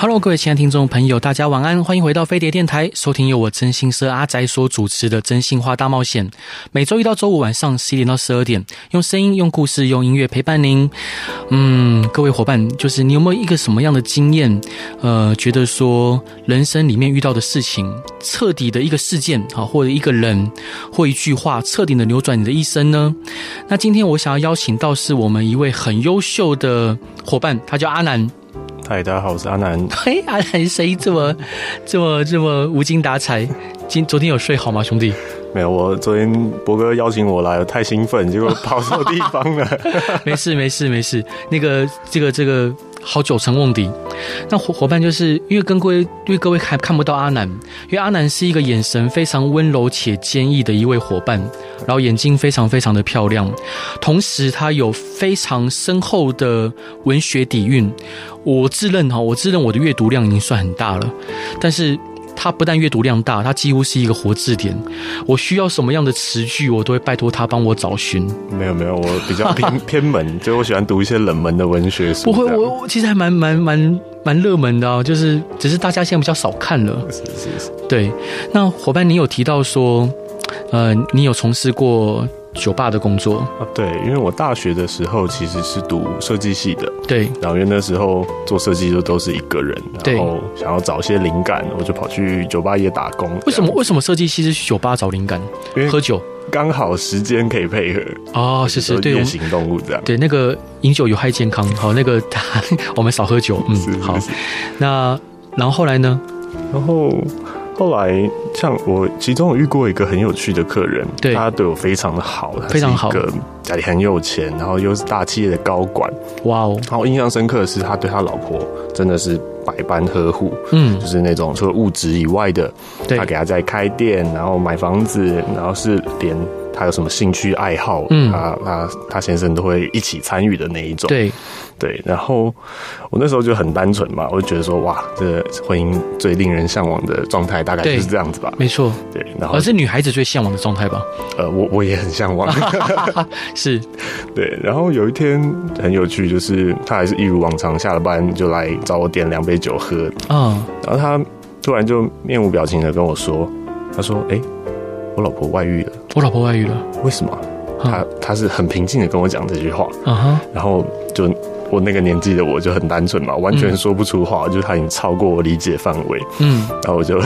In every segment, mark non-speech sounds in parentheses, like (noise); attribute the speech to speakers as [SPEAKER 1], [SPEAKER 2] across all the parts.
[SPEAKER 1] Hello，各位亲爱的听众朋友，大家晚安，欢迎回到飞碟电台，收听由我真心社阿宅所主持的《真心话大冒险》，每周一到周五晚上十一点到十二点，用声音、用故事、用音乐陪伴您。嗯，各位伙伴，就是你有没有一个什么样的经验？呃，觉得说人生里面遇到的事情，彻底的一个事件啊，或者一个人或一句话，彻底的扭转你的一生呢？那今天我想要邀请到是我们一位很优秀的伙伴，他叫阿南。
[SPEAKER 2] 嗨，大家好，我是阿南。
[SPEAKER 1] (laughs) 嘿，阿南谁这么、这么、这么无精打采？今昨天有睡好吗，兄弟？
[SPEAKER 2] 没有，我昨天博哥邀请我来，我太兴奋，结果跑错地方了。
[SPEAKER 1] (laughs) 没事，没事，没事。那个，这个，这个，好久成瓮底。那伙伙伴就是因为跟各位，因为各位还看不到阿南，因为阿南是一个眼神非常温柔且坚毅的一位伙伴，然后眼睛非常非常的漂亮，同时他有非常深厚的文学底蕴。我自认哈，我自认我的阅读量已经算很大了，但是。他不但阅读量大，他几乎是一个活字典。我需要什么样的词句，我都会拜托他帮我找寻。
[SPEAKER 2] 没有没有，我比较偏 (laughs) 偏门，就我喜欢读一些冷门的文学书。
[SPEAKER 1] 不会，
[SPEAKER 2] 这样
[SPEAKER 1] 我我其实还蛮蛮蛮蛮热门的啊，就是只是大家现在比较少看了。
[SPEAKER 2] 是是是，
[SPEAKER 1] 对，那伙伴，你有提到说，呃，你有从事过酒吧的工作？
[SPEAKER 2] 啊对，因为我大学的时候其实是读设计系的，
[SPEAKER 1] 对，
[SPEAKER 2] 然后因为那时候做设计就都是一个人，
[SPEAKER 1] 对
[SPEAKER 2] 然后想要找一些灵感，我就跑去酒吧业打工。
[SPEAKER 1] 为什么为什么设计师是去酒吧找灵感？
[SPEAKER 2] 这样？啊因
[SPEAKER 1] 喝
[SPEAKER 2] 为
[SPEAKER 1] 酒
[SPEAKER 2] 刚好时间可以配合，
[SPEAKER 1] 哦，是是，
[SPEAKER 2] 就
[SPEAKER 1] 对，我
[SPEAKER 2] 夜
[SPEAKER 1] 们
[SPEAKER 2] 行动物这样。
[SPEAKER 1] 对那个饮酒有害健康。好，那个 (laughs) 我们少喝酒。
[SPEAKER 2] 是
[SPEAKER 1] 嗯，
[SPEAKER 2] 是
[SPEAKER 1] 好
[SPEAKER 2] 是。
[SPEAKER 1] 那然后后来呢？
[SPEAKER 2] 然后后来，像我其中我遇过一个很有趣的客人，
[SPEAKER 1] 对
[SPEAKER 2] 他对我非常的好，他是
[SPEAKER 1] 非常好
[SPEAKER 2] 一个家里很有钱，然后又是大企业的高管。
[SPEAKER 1] 哇哦，
[SPEAKER 2] 然后我印象深刻的是，他对他老婆真的是百般呵护，
[SPEAKER 1] 嗯
[SPEAKER 2] 就，是那种除了物质以外的，
[SPEAKER 1] 对
[SPEAKER 2] 他，给他在开店，然后买房子，然后是连他有什么兴趣爱好，
[SPEAKER 1] 嗯
[SPEAKER 2] 他他他先生都会一起参与的那一种。
[SPEAKER 1] 对，
[SPEAKER 2] 对，然后我那时候就很单纯嘛，我就觉得说，哇，这婚姻最令人向往的状态大概就是这样子吧。
[SPEAKER 1] 没错，呃
[SPEAKER 2] 对，然后
[SPEAKER 1] 而是女孩子最向往的状态吧？
[SPEAKER 2] 呃，我我也很向往。
[SPEAKER 1] 是，
[SPEAKER 2] 对，然后有一天很有趣，就是他还是一如往常下了班就来找我点两杯酒喝，
[SPEAKER 1] 嗯，
[SPEAKER 2] 然后他突然就面无表情的跟我说，他说，哎、我老婆外遇了，
[SPEAKER 1] 我老婆外遇了。
[SPEAKER 2] 为什么啊？他
[SPEAKER 1] 嗯
[SPEAKER 2] 他是很平静的跟我讲这句话，
[SPEAKER 1] 嗯哼，
[SPEAKER 2] 然后就我那个年纪的我就很单纯嘛，完全说不出话，就是他已经超过我理解范围，
[SPEAKER 1] 嗯，
[SPEAKER 2] 然后我就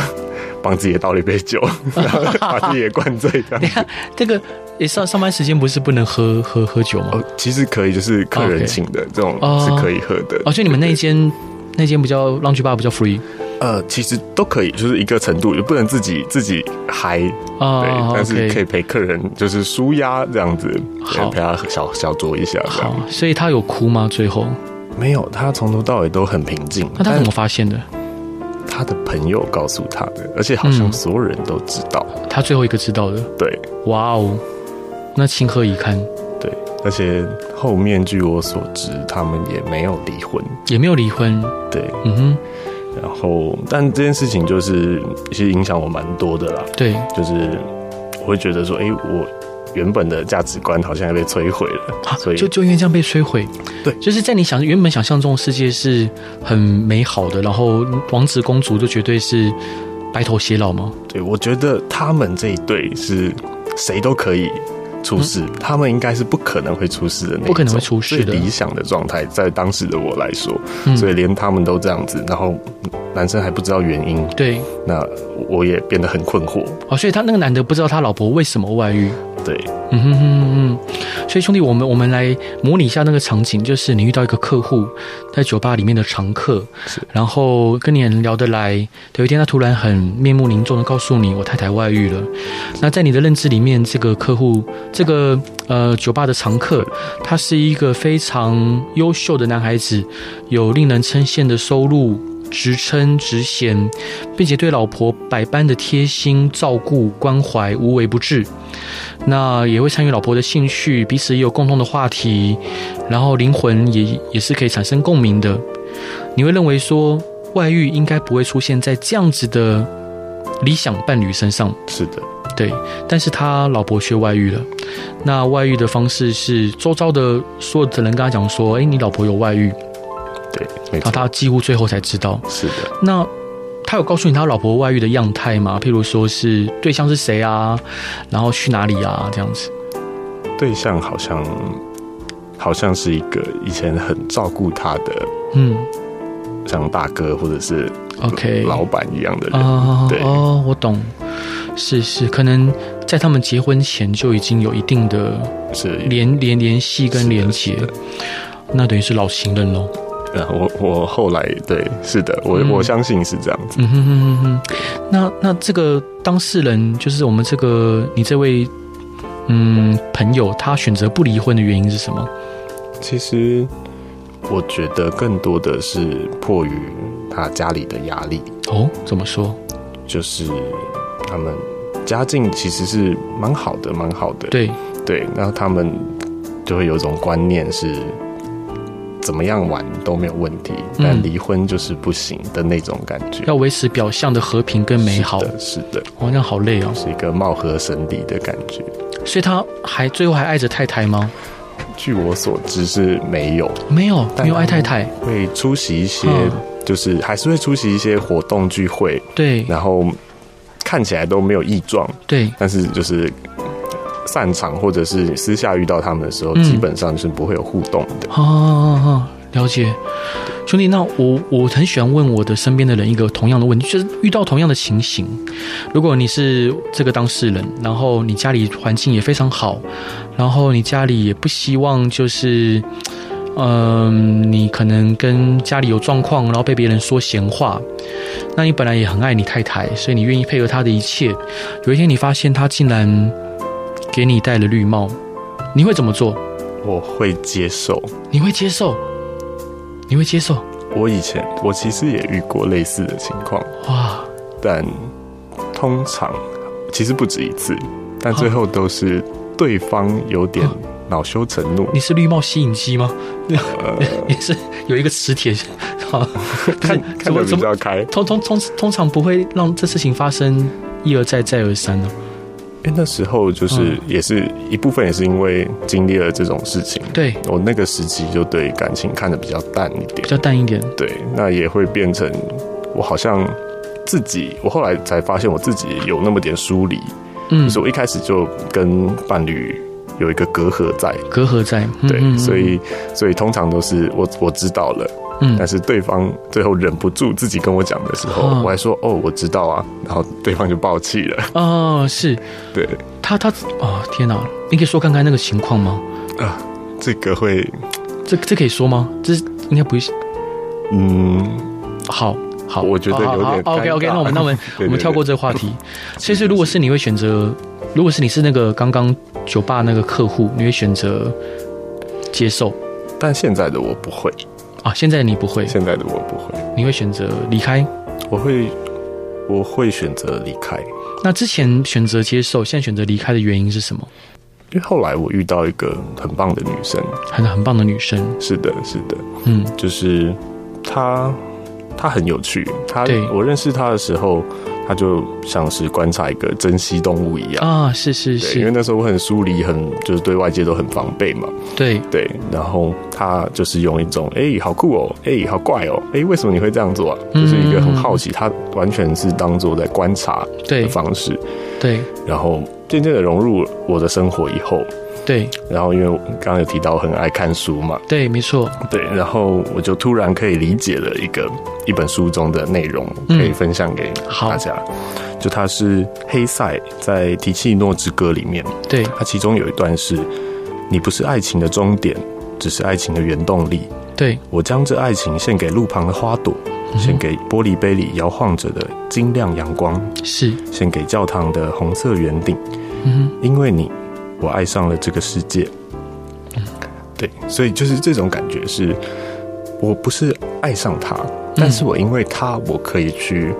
[SPEAKER 2] 帮自己也倒了一杯
[SPEAKER 1] (laughs)
[SPEAKER 2] 酒，然后把自己也灌醉这样。
[SPEAKER 1] 这个诶上上班时间不是不能喝喝喝酒吗
[SPEAKER 2] 哦？，其实可以，就是客
[SPEAKER 1] OK
[SPEAKER 2] 人请的这种
[SPEAKER 1] 哦
[SPEAKER 2] 是可以喝的。
[SPEAKER 1] 哦，就你们那一间那间比较 lounge bar 比较 free
[SPEAKER 2] 呃，其实都可以，就是一个程度，就不能自己自己嗨，对，
[SPEAKER 1] 啊
[SPEAKER 2] 但是可
[SPEAKER 1] ，OK，
[SPEAKER 2] 以陪客人就是舒压这样子，
[SPEAKER 1] 好
[SPEAKER 2] 对陪他小小酌一下。这样
[SPEAKER 1] 好，所以他有哭吗？最后，
[SPEAKER 2] 没有，他从头到尾都很平静。
[SPEAKER 1] 那哦他
[SPEAKER 2] 但
[SPEAKER 1] 怎么发现的？
[SPEAKER 2] 他的朋友告诉他的，而且好像
[SPEAKER 1] 嗯
[SPEAKER 2] 所有人都知道。
[SPEAKER 1] 他最后一个知道的，
[SPEAKER 2] 对
[SPEAKER 1] 哇哦，那情何以堪？
[SPEAKER 2] 对，而且后面据我所知，他们也没有离婚。
[SPEAKER 1] 也没有离婚，
[SPEAKER 2] 对，
[SPEAKER 1] 嗯哼，
[SPEAKER 2] 然后，但这件事情就是其实影响我蛮多的啦，
[SPEAKER 1] 对，
[SPEAKER 2] 就是我会觉得说，哎、我原本的价值观好像也被摧毁了，
[SPEAKER 1] 啊
[SPEAKER 2] 所以
[SPEAKER 1] 就就因为这样被摧毁，
[SPEAKER 2] 对
[SPEAKER 1] 就是在你想原本想象中的世界是很美好的，然后王子公主就绝对是白头偕老吗？
[SPEAKER 2] 对我觉得他们这一对是谁都可以出事，他们应该是不可能会出事的那一
[SPEAKER 1] 嗯
[SPEAKER 2] 种
[SPEAKER 1] 不可能会出事的
[SPEAKER 2] 最理想的状态，在当时的我来说，
[SPEAKER 1] 嗯
[SPEAKER 2] 所以连他们都这样子，然后男生还不知道原因，
[SPEAKER 1] 对，
[SPEAKER 2] 那我也变得很困惑，
[SPEAKER 1] 哦，所以他那个男的不知道他老婆为什么外遇。
[SPEAKER 2] 对，
[SPEAKER 1] 嗯哼哼哼，所以兄弟，我们我们来模拟一下那个场景，就是你遇到一个客户，在酒吧里面的常客
[SPEAKER 2] 是，
[SPEAKER 1] 然后跟你很聊得来，有一天他突然很面目凝重的告诉你，我太太外遇了。那在你的认知里面，这个客户，这个呃酒吧的常客，他是一个非常优秀的男孩子，有令人称羡的收入。直称直贤，并且对老婆百般的贴心照顾关怀，无微不至。那也会参与老婆的兴趣，彼此也有共同的话题，然后灵魂也也是可以产生共鸣的。你会认为说，外遇应该不会出现在这样子的理想伴侣身上，
[SPEAKER 2] 是的，
[SPEAKER 1] 对，但是他老婆却外遇了。那外遇的方式是，周遭的所有的人跟他讲说：“诶，你老婆有外遇。
[SPEAKER 2] 对，”没
[SPEAKER 1] 然后
[SPEAKER 2] 错，
[SPEAKER 1] 啊他几乎最后才知道。
[SPEAKER 2] 是的，
[SPEAKER 1] 那他有告诉你他老婆外遇的样态吗？譬如说是对象是谁啊，然后去哪里啊，这样子。
[SPEAKER 2] 对象好像好像是一个以前很照顾他的，
[SPEAKER 1] 嗯
[SPEAKER 2] 像大哥或者是
[SPEAKER 1] ，OK，
[SPEAKER 2] 老板一样的人，
[SPEAKER 1] 啊
[SPEAKER 2] 对
[SPEAKER 1] 哦，我懂，是是，可能在他们结婚前就已经有一定的
[SPEAKER 2] 是
[SPEAKER 1] 联联联系
[SPEAKER 2] 是
[SPEAKER 1] 跟
[SPEAKER 2] 的
[SPEAKER 1] 连结
[SPEAKER 2] 是的，
[SPEAKER 1] 那等于是老情人喽。
[SPEAKER 2] 呃，我我后来对，是的，我、
[SPEAKER 1] 嗯
[SPEAKER 2] 我相信是这样子。
[SPEAKER 1] 嗯哼哼哼哼，那那这个当事人就是我们这个你这位嗯朋友，他选择不离婚的原因是什么？
[SPEAKER 2] 其实我觉得更多的是迫于他家里的压力，
[SPEAKER 1] 哦，怎么说？
[SPEAKER 2] 就是他们家境其实是蛮好的，蛮好的。
[SPEAKER 1] 对，
[SPEAKER 2] 对，那他们就会有一种观念是。怎么样玩都没有问题，但
[SPEAKER 1] 嗯
[SPEAKER 2] 离婚就是不行的那种感觉。
[SPEAKER 1] 要维持表象的和平跟美好
[SPEAKER 2] 是，的，是的，
[SPEAKER 1] 哇，那好累哦。
[SPEAKER 2] 是一个貌合神离的感觉。
[SPEAKER 1] 所以他还最后还爱着太太吗？
[SPEAKER 2] 据我所知是没有，
[SPEAKER 1] 没有，
[SPEAKER 2] 当然
[SPEAKER 1] 没有爱太太。
[SPEAKER 2] 会出席一些，
[SPEAKER 1] 嗯
[SPEAKER 2] 就是还是会出席一些活动聚会，
[SPEAKER 1] 对
[SPEAKER 2] 然后看起来都没有异状，
[SPEAKER 1] 对，
[SPEAKER 2] 但是就是散场或者是私下遇到他们的时候，
[SPEAKER 1] 嗯
[SPEAKER 2] 基本上是不会有互动的。
[SPEAKER 1] 哦哦哦，哦了解。兄弟，那我我很喜欢问我的身边的人一个同样的问题，就是遇到同样的情形，如果你是这个当事人，然后你家里环境也非常好，然后你家里也不希望就是，嗯、你可能跟家里有状况，然后被别人说闲话，那你本来也很爱你太太，所以你愿意配合她的一切，有一天你发现她竟然给你戴了绿帽，你会怎么做？
[SPEAKER 2] 我会接受。
[SPEAKER 1] 你会接受？你会接受？
[SPEAKER 2] 我以前我其实也遇过类似的情况，
[SPEAKER 1] 哇，
[SPEAKER 2] 但通常其实不止一次，但最后都是对方有点
[SPEAKER 1] 啊
[SPEAKER 2] 恼羞成怒。
[SPEAKER 1] 你是绿帽吸引机吗？
[SPEAKER 2] 呃，
[SPEAKER 1] (laughs) 也是有一个磁铁， (laughs) 啊，
[SPEAKER 2] 看
[SPEAKER 1] 怎
[SPEAKER 2] 看
[SPEAKER 1] 么
[SPEAKER 2] 得比
[SPEAKER 1] 怎么
[SPEAKER 2] 较开。
[SPEAKER 1] 通通通通常不会让这事情发生一而再再而三的、
[SPEAKER 2] 因为那时候就是也是一部分，也是因为经历了这种事情，
[SPEAKER 1] 对，
[SPEAKER 2] 我那个时期就对感情看得比较淡一点
[SPEAKER 1] 比。较淡一点。
[SPEAKER 2] 对，那也会变成我好像自己，我后来才发现我自己有那么点疏离，
[SPEAKER 1] 嗯
[SPEAKER 2] 就，是我一开始就跟伴侣有一个隔阂在。
[SPEAKER 1] 隔阂在，嗯
[SPEAKER 2] 对，
[SPEAKER 1] 嗯嗯
[SPEAKER 2] 所以所以通常都是我我知道了，
[SPEAKER 1] 嗯
[SPEAKER 2] 但是对方最后忍不住自己跟我讲的时候，
[SPEAKER 1] 嗯
[SPEAKER 2] 我还说哦我知道啊，然后对方就爆气了。
[SPEAKER 1] 哦，是
[SPEAKER 2] 对，
[SPEAKER 1] 他他哦，天哪！你可以说看看那个情况吗？
[SPEAKER 2] 啊，这个会
[SPEAKER 1] 这这可以说吗？这是应该不是
[SPEAKER 2] 嗯。
[SPEAKER 1] 好。好，
[SPEAKER 2] 我觉得有点
[SPEAKER 1] 好。OK OK，
[SPEAKER 2] 尴尬
[SPEAKER 1] 那我们那我
[SPEAKER 2] (laughs)
[SPEAKER 1] 们
[SPEAKER 2] 对对
[SPEAKER 1] 我们跳过这个话题。所以是，如果是你会选择，如果是你是那个刚刚酒吧那个客户，你会选择接受
[SPEAKER 2] 但现在的我不会，
[SPEAKER 1] 啊？现在你不会，
[SPEAKER 2] 现在的我不会，
[SPEAKER 1] 你会选择离开。
[SPEAKER 2] 我会我会选择离开，
[SPEAKER 1] 那之前选择接受，现在选择离开的原因是什么？
[SPEAKER 2] 因为后来我遇到一个很棒的女生，
[SPEAKER 1] 很很棒的女生，
[SPEAKER 2] 是的，是的，
[SPEAKER 1] 嗯，
[SPEAKER 2] 就是她，她很有趣，她
[SPEAKER 1] 对
[SPEAKER 2] 我认识她的时候，她就像是观察一个珍稀动物一样。
[SPEAKER 1] 啊，是是
[SPEAKER 2] 对，因
[SPEAKER 1] 是，
[SPEAKER 2] 为那时候我很疏离，很就是对外界都很防备嘛，
[SPEAKER 1] 对，
[SPEAKER 2] 对。然后她就是用一种哎、好酷哦，哎、好怪哦，哎、为什么你会这样做啊？
[SPEAKER 1] 嗯
[SPEAKER 2] 就是一个很好奇，她完全是当做在观察的
[SPEAKER 1] 对，
[SPEAKER 2] 方式。
[SPEAKER 1] 对，
[SPEAKER 2] 然后渐渐的融入我的生活以后，
[SPEAKER 1] 对，
[SPEAKER 2] 然后因为我刚刚有提到我很爱看书嘛，
[SPEAKER 1] 对，没错，
[SPEAKER 2] 对，然后我就突然可以理解了一个一本书中的内容，可
[SPEAKER 1] 嗯
[SPEAKER 2] 以分享给大家。就它是黑塞在《提契诺之歌》里面，
[SPEAKER 1] 对，
[SPEAKER 2] 它其中有一段是：“你不是爱情的终点，只是爱情的原动力。
[SPEAKER 1] 对，
[SPEAKER 2] 我将这爱情献给路旁的花朵，献给玻璃杯里摇晃着的晶亮阳光，
[SPEAKER 1] 是，
[SPEAKER 2] 献给教堂的红色圆顶。”
[SPEAKER 1] 嗯
[SPEAKER 2] 因为你，我爱上了这个世界。对，所以就是这种感觉是，我不是爱上他，但是我因为它，我可以去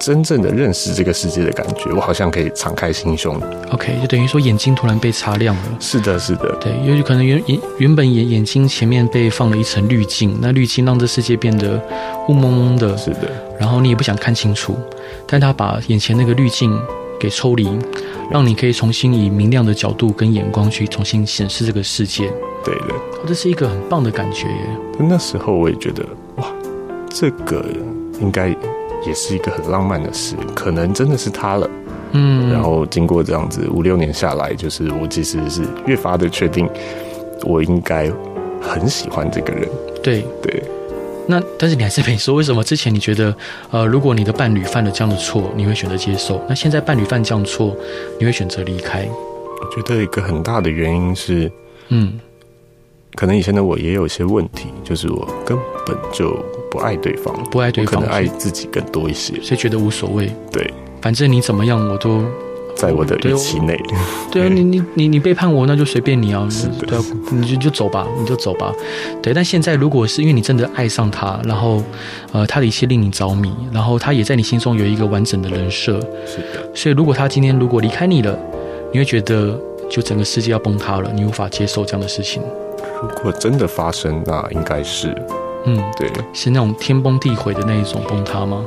[SPEAKER 2] 真正的认识这个世界的感觉，我好像可以敞开心胸。
[SPEAKER 1] OK，就等于说眼睛突然被擦亮了。
[SPEAKER 2] 是的，是的，
[SPEAKER 1] 对，也许可能原原原本眼眼睛前面被放了一层滤镜，那滤镜让这世界变得雾蒙蒙的，
[SPEAKER 2] 是的，
[SPEAKER 1] 然后你也不想看清楚，但他把眼前那个滤镜给抽离，让你可以重新以明亮的角度跟眼光去重新显示这个世界。
[SPEAKER 2] 对的。
[SPEAKER 1] 哦这是一个很棒的感觉耶。
[SPEAKER 2] 那时候我也觉得，哇，这个应该也是一个很浪漫的事，可能真的是它了。
[SPEAKER 1] 嗯，
[SPEAKER 2] 然后经过这样子五六年下来，就是我其实是越发的确定，我应该很喜欢这个人。
[SPEAKER 1] 对，
[SPEAKER 2] 对，
[SPEAKER 1] 那但是你还是没说为什么之前你觉得，呃，如果你的伴侣犯了这样的错，你会选择接受；那现在伴侣犯这样的错，你会选择离开。
[SPEAKER 2] 我觉得一个很大的原因是，
[SPEAKER 1] 嗯，
[SPEAKER 2] 可能以前的我也有一些问题，就是我根本就不爱对方，
[SPEAKER 1] 不爱对
[SPEAKER 2] 我可
[SPEAKER 1] 方
[SPEAKER 2] 能，爱自己更多一些。
[SPEAKER 1] 所以觉得无所谓。
[SPEAKER 2] 对，
[SPEAKER 1] 反正你怎么样我都，
[SPEAKER 2] 在我的预期内，
[SPEAKER 1] 对啊，
[SPEAKER 2] 嗯
[SPEAKER 1] 你你你你背叛我，那就随便你啊，
[SPEAKER 2] 的
[SPEAKER 1] 对啊，你就就走吧，你就走吧。对，但现在如果是因为你真的爱上他，然后，呃，他的一切令你着迷，然后他也在你心中有一个完整的人设，
[SPEAKER 2] 是的，
[SPEAKER 1] 所以如果他今天如果离开你了，你会觉得就整个世界要崩塌了，你无法接受这样的事情。
[SPEAKER 2] 如果真的发生，那应该是
[SPEAKER 1] 嗯，
[SPEAKER 2] 对，
[SPEAKER 1] 是那种天崩地毁的那一种崩塌吗？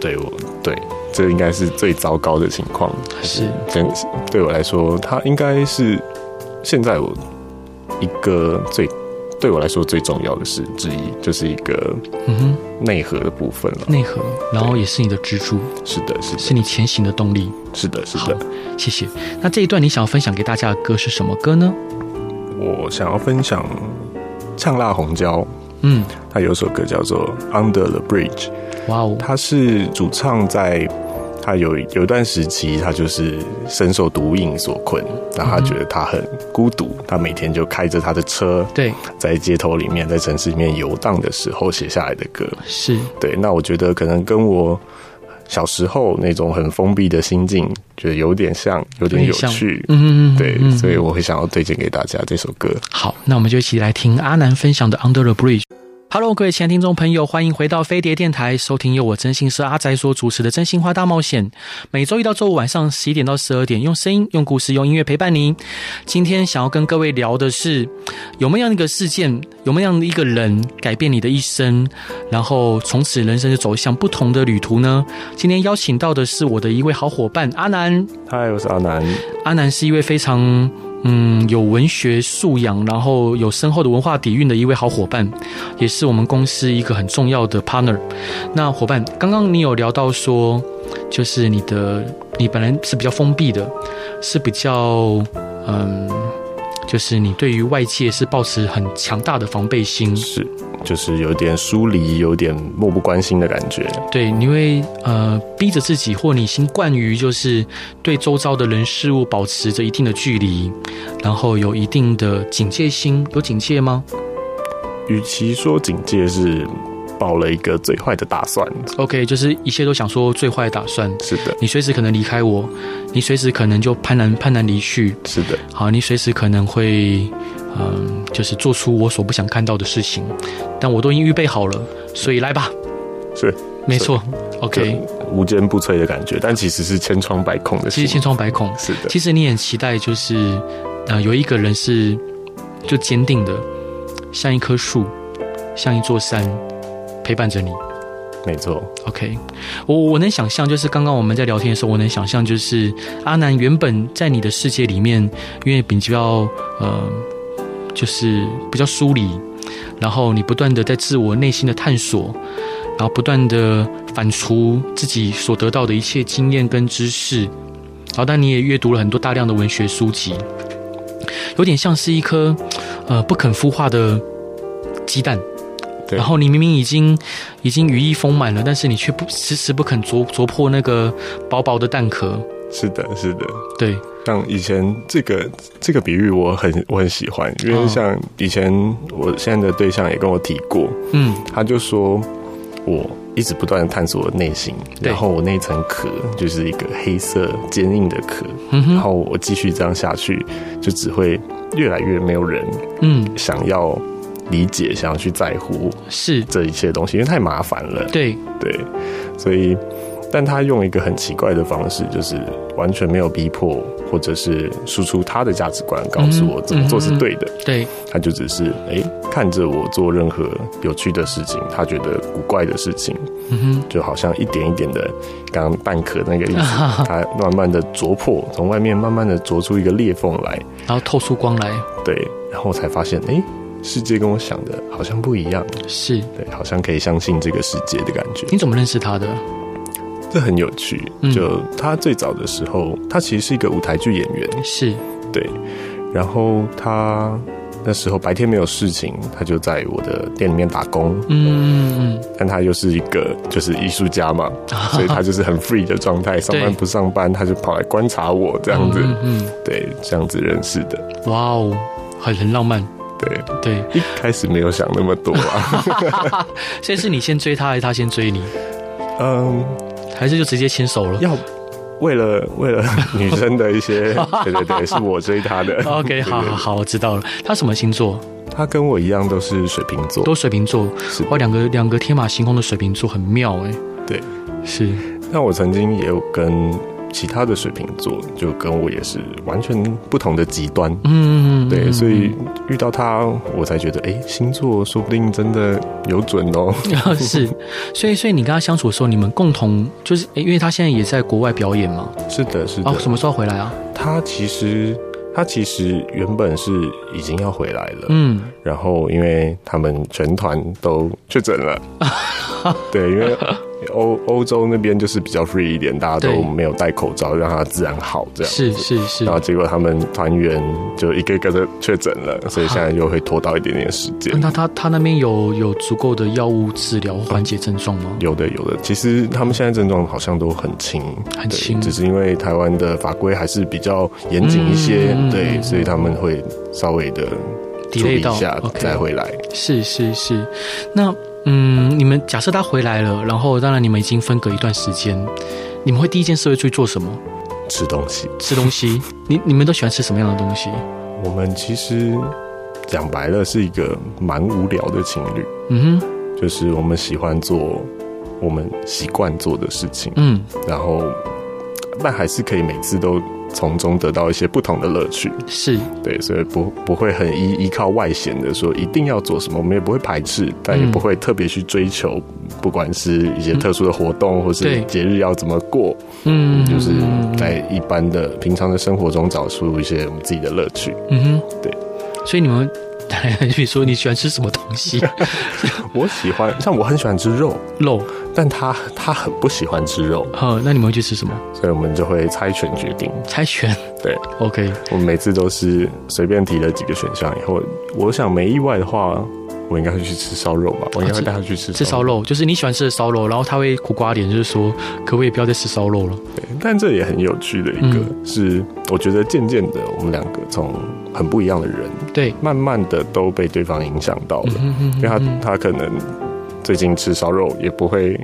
[SPEAKER 2] 对我对，这应该是最糟糕的情况。
[SPEAKER 1] 是，
[SPEAKER 2] 真对我来说，它应该是现在我一个最对我来说最重要的事之一，就是一个
[SPEAKER 1] 嗯哼，
[SPEAKER 2] 内核的部分了。
[SPEAKER 1] 内核，然后也是你的支柱，
[SPEAKER 2] 是的，是的，
[SPEAKER 1] 是你前行的动力。
[SPEAKER 2] 是的，是
[SPEAKER 1] 好
[SPEAKER 2] 的。，
[SPEAKER 1] 谢谢。那这一段你想要分享给大家的歌是什么歌呢？
[SPEAKER 2] 我想要分享呛辣红椒，
[SPEAKER 1] 嗯，
[SPEAKER 2] 它有一首歌叫做《Under the Bridge》，
[SPEAKER 1] 哇哦，
[SPEAKER 2] 它是主唱在。他有有一段时期，他就是深受毒瘾所困，然后他觉得他很孤独，他每天就开着他的车，
[SPEAKER 1] 对，
[SPEAKER 2] 在街头里面，在城市里面游荡的时候写下来的歌。
[SPEAKER 1] 是，
[SPEAKER 2] 对，那我觉得可能跟我小时候那种很封闭的心境，觉得有点像，有点有
[SPEAKER 1] 有点像
[SPEAKER 2] 趣。
[SPEAKER 1] 嗯嗯嗯，
[SPEAKER 2] 对
[SPEAKER 1] 嗯，
[SPEAKER 2] 所以我会想要推荐给大家这首歌。
[SPEAKER 1] 好，那我们就一起来听阿南分享的《Under the Bridge》。Hello，各位亲爱的听众朋友，欢迎回到飞碟电台，收听由我真心社阿宅所主持的《真心话大冒险》。每周一到周五晚上十一点到十二点，用声音、用故事、用音乐陪伴您。今天想要跟各位聊的是，有没有样一个事件，有没有样的一个人改变你的一生，然后从此人生就走向不同的旅途呢？今天邀请到的是我的一位好伙伴阿南。
[SPEAKER 2] 嗨，我是阿南。
[SPEAKER 1] 阿南是一位非常嗯有文学素养，然后有深厚的文化底蕴的一位好伙伴，也是我们公司一个很重要的 partner。那伙伴，刚刚你有聊到说，就是你的你本来是比较封闭的，是比较嗯。就是你对于外界是抱持很强大的防备心，
[SPEAKER 2] 是，就是有点疏离，有点漠不关心的感觉。
[SPEAKER 1] 对，你会呃逼着自己，或你新惯于就是对周遭的人事物保持着一定的距离，然后有一定的警戒心，有警戒吗
[SPEAKER 2] 与其说警戒是。抱了一个最坏的打算，
[SPEAKER 1] ？OK，就是一切都想说最坏的打算，
[SPEAKER 2] 是的，
[SPEAKER 1] 你随时可能离开我，你随时可能就攀然攀然离去，
[SPEAKER 2] 是的，
[SPEAKER 1] 好，你随时可能会嗯，就是做出我所不想看到的事情，但我都已经预备好了，所以来吧，
[SPEAKER 2] 是
[SPEAKER 1] 没错，OK，
[SPEAKER 2] 就无坚不摧的感觉，但其实是千疮百孔的
[SPEAKER 1] 其
[SPEAKER 2] 心。
[SPEAKER 1] 实千疮百孔。
[SPEAKER 2] 是的，
[SPEAKER 1] 其实你很期待，就是呃，有一个人是就坚定的，像一棵树，像一座山，陪伴着你。
[SPEAKER 2] 没错，
[SPEAKER 1] OK，我我能想象，就是刚刚我们在聊天的时候，我能想象，就是阿南原本在你的世界里面，因为比较呃，就是比较疏离，然后你不断的在自我内心的探索，然后不断的反刍自己所得到的一切经验跟知识，然后但你也阅读了很多大量的文学书籍，有点像是一颗呃不肯孵化的鸡蛋。
[SPEAKER 2] 对
[SPEAKER 1] 然后你明明已经已经羽翼丰满了，但是你却不迟迟不肯啄啄破那个薄薄的蛋壳。
[SPEAKER 2] 是的，是的。
[SPEAKER 1] 对，
[SPEAKER 2] 像以前这个这个比喻我很我很喜欢，因为
[SPEAKER 1] 嗯
[SPEAKER 2] 像以前我现在的对象也跟我提过，
[SPEAKER 1] 嗯，
[SPEAKER 2] 他就说我一直不断的探索我的内心，
[SPEAKER 1] 对
[SPEAKER 2] 然后我那层壳就是一个黑色坚硬的壳，
[SPEAKER 1] 嗯哼，
[SPEAKER 2] 然后我继续这样下去，就只会越来越没有人
[SPEAKER 1] 嗯，
[SPEAKER 2] 想要理解，想要去在乎
[SPEAKER 1] 是，
[SPEAKER 2] 这一切东西，因为太麻烦了。
[SPEAKER 1] 对，
[SPEAKER 2] 对，所以，但他用一个很奇怪的方式，就是完全没有逼迫，或者是输出他的价值观，告诉我怎么做是对的。
[SPEAKER 1] 对，
[SPEAKER 2] 他就只是哎、诶看着我做任何有趣的事情，他觉得古怪的事情，
[SPEAKER 1] 嗯
[SPEAKER 2] 就好像一点一点的，刚刚蛋壳那个意
[SPEAKER 1] 哼，
[SPEAKER 2] 思，它慢慢的啄破，从外面慢慢的啄出一个裂缝来。
[SPEAKER 1] 然后透出光来，
[SPEAKER 2] 对，然后我才发现，哎、世界跟我想的好像不一样，
[SPEAKER 1] 是。
[SPEAKER 2] 对，好像可以相信这个世界的感觉。
[SPEAKER 1] 你怎么认识他的？
[SPEAKER 2] 这很有趣
[SPEAKER 1] 嗯。
[SPEAKER 2] 就他最早的时候，他其实是一个舞台剧演员，
[SPEAKER 1] 是，
[SPEAKER 2] 对。然后他那时候白天没有事情，他就在我的店里面打工。
[SPEAKER 1] 嗯嗯
[SPEAKER 2] 但他又是一个就是艺术家嘛，
[SPEAKER 1] 啊
[SPEAKER 2] 所以他就是很 free 的状态，上班不上班，他就跑来观察我这样子，
[SPEAKER 1] 嗯嗯，
[SPEAKER 2] 对，这样子认识的。
[SPEAKER 1] 哇哦，很很浪漫，
[SPEAKER 2] 对，
[SPEAKER 1] 对。
[SPEAKER 2] 一开始没有想那么
[SPEAKER 1] (laughs)
[SPEAKER 2] 多啊，
[SPEAKER 1] 所以是你先追他，还是他先追你？
[SPEAKER 2] 嗯，
[SPEAKER 1] 还是就直接牵手了
[SPEAKER 2] 要为了为了女生的
[SPEAKER 1] (laughs)
[SPEAKER 2] 一些，对对对，是我追她的。
[SPEAKER 1] ？OK，好好好，我知道了。他什么星座？
[SPEAKER 2] 她跟我一样都是水瓶座，
[SPEAKER 1] 都水瓶座。
[SPEAKER 2] 是
[SPEAKER 1] 哇，两个两个天马行空的水瓶座很妙哎、
[SPEAKER 2] 对。
[SPEAKER 1] 是，
[SPEAKER 2] 那我曾经也有跟其他的水瓶座，就跟我也是完全不同的极端，
[SPEAKER 1] 嗯，
[SPEAKER 2] 对，所以遇到他，我才觉得，哎、星座说不定真的有准哦。 (laughs)
[SPEAKER 1] (laughs) 是，所以所以你跟他相处的时候，你们共同就是，诶因为他现在也在国外表演嘛，
[SPEAKER 2] 是的，是的。
[SPEAKER 1] 哦，什么时候回来啊？
[SPEAKER 2] 他其实他其实原本是已经要回来了，
[SPEAKER 1] 嗯，
[SPEAKER 2] 然后因为他们全团都确诊了，
[SPEAKER 1] (laughs)
[SPEAKER 2] 对，因为欧欧洲那边就是比较 free 一点，大家
[SPEAKER 1] 对
[SPEAKER 2] 都没有戴口罩，让它自然好这样。
[SPEAKER 1] 是是是
[SPEAKER 2] 然，后结果他们团员就一个一个的确诊了，所以现在又会拖到一点点时间。
[SPEAKER 1] 嗯那他他那边有有足够的药物治疗缓解症状吗？
[SPEAKER 2] 有的有的，其实他们现在症状好像都很轻，
[SPEAKER 1] 很
[SPEAKER 2] 对
[SPEAKER 1] 轻
[SPEAKER 2] 只是因为台湾的法规还是比较严谨一些，
[SPEAKER 1] 嗯嗯嗯
[SPEAKER 2] 对，所以他们会稍微的处理
[SPEAKER 1] delay
[SPEAKER 2] 一
[SPEAKER 1] 到
[SPEAKER 2] 下
[SPEAKER 1] OK
[SPEAKER 2] 再回来。
[SPEAKER 1] 是是是，那嗯，你们假设他回来了，然后当然你们已经分隔一段时间，你们会第一件事会去做什么？
[SPEAKER 2] 吃东西，
[SPEAKER 1] 吃东西？ (laughs) 你你们都喜欢吃什么样的东西？
[SPEAKER 2] 我们其实讲白了是一个蛮无聊的情侣，
[SPEAKER 1] 嗯哼，
[SPEAKER 2] 就是我们喜欢做我们习惯做的事情，
[SPEAKER 1] 嗯，
[SPEAKER 2] 然后但还是可以每次都从中得到一些不同的乐趣。
[SPEAKER 1] 是
[SPEAKER 2] 对，所以不不会很依依靠外显的说一定要做什么，我们也不会排斥，但
[SPEAKER 1] 嗯
[SPEAKER 2] 也不会特别去追求，不管是一些特殊的活动，或
[SPEAKER 1] 对
[SPEAKER 2] 是节日要怎么过，
[SPEAKER 1] 嗯，
[SPEAKER 2] 就是在一般的平常的生活中找出一些我们自己的乐趣。
[SPEAKER 1] 嗯哼，
[SPEAKER 2] 对。
[SPEAKER 1] 所以你们 (laughs) 来来去说你喜欢吃什么东
[SPEAKER 2] (laughs)
[SPEAKER 1] 西？
[SPEAKER 2] 我喜欢，像我很喜欢吃肉，
[SPEAKER 1] 肉，
[SPEAKER 2] 但他他很不喜欢吃肉，
[SPEAKER 1] 呵，那你们会去吃什么？
[SPEAKER 2] 所以我们就会猜拳决定。
[SPEAKER 1] 猜拳。
[SPEAKER 2] 对
[SPEAKER 1] ，OK，
[SPEAKER 2] 我们每次都是随便提了几个选项以后，我想没意外的话，我应该会去吃烧肉吧，我应该会带他去吃
[SPEAKER 1] 啊吃烧肉就是你喜欢吃的烧肉，然后他会苦瓜脸，就是说可不可以不要再吃烧肉了？
[SPEAKER 2] 但这也很有趣的一个、
[SPEAKER 1] 嗯
[SPEAKER 2] 是，我觉得渐渐的，我们两个从很不一样的人，
[SPEAKER 1] 对，
[SPEAKER 2] 慢慢的都被对方影响到了，
[SPEAKER 1] 嗯哼
[SPEAKER 2] 因为他、
[SPEAKER 1] 嗯
[SPEAKER 2] 他可能最近吃烧肉也不会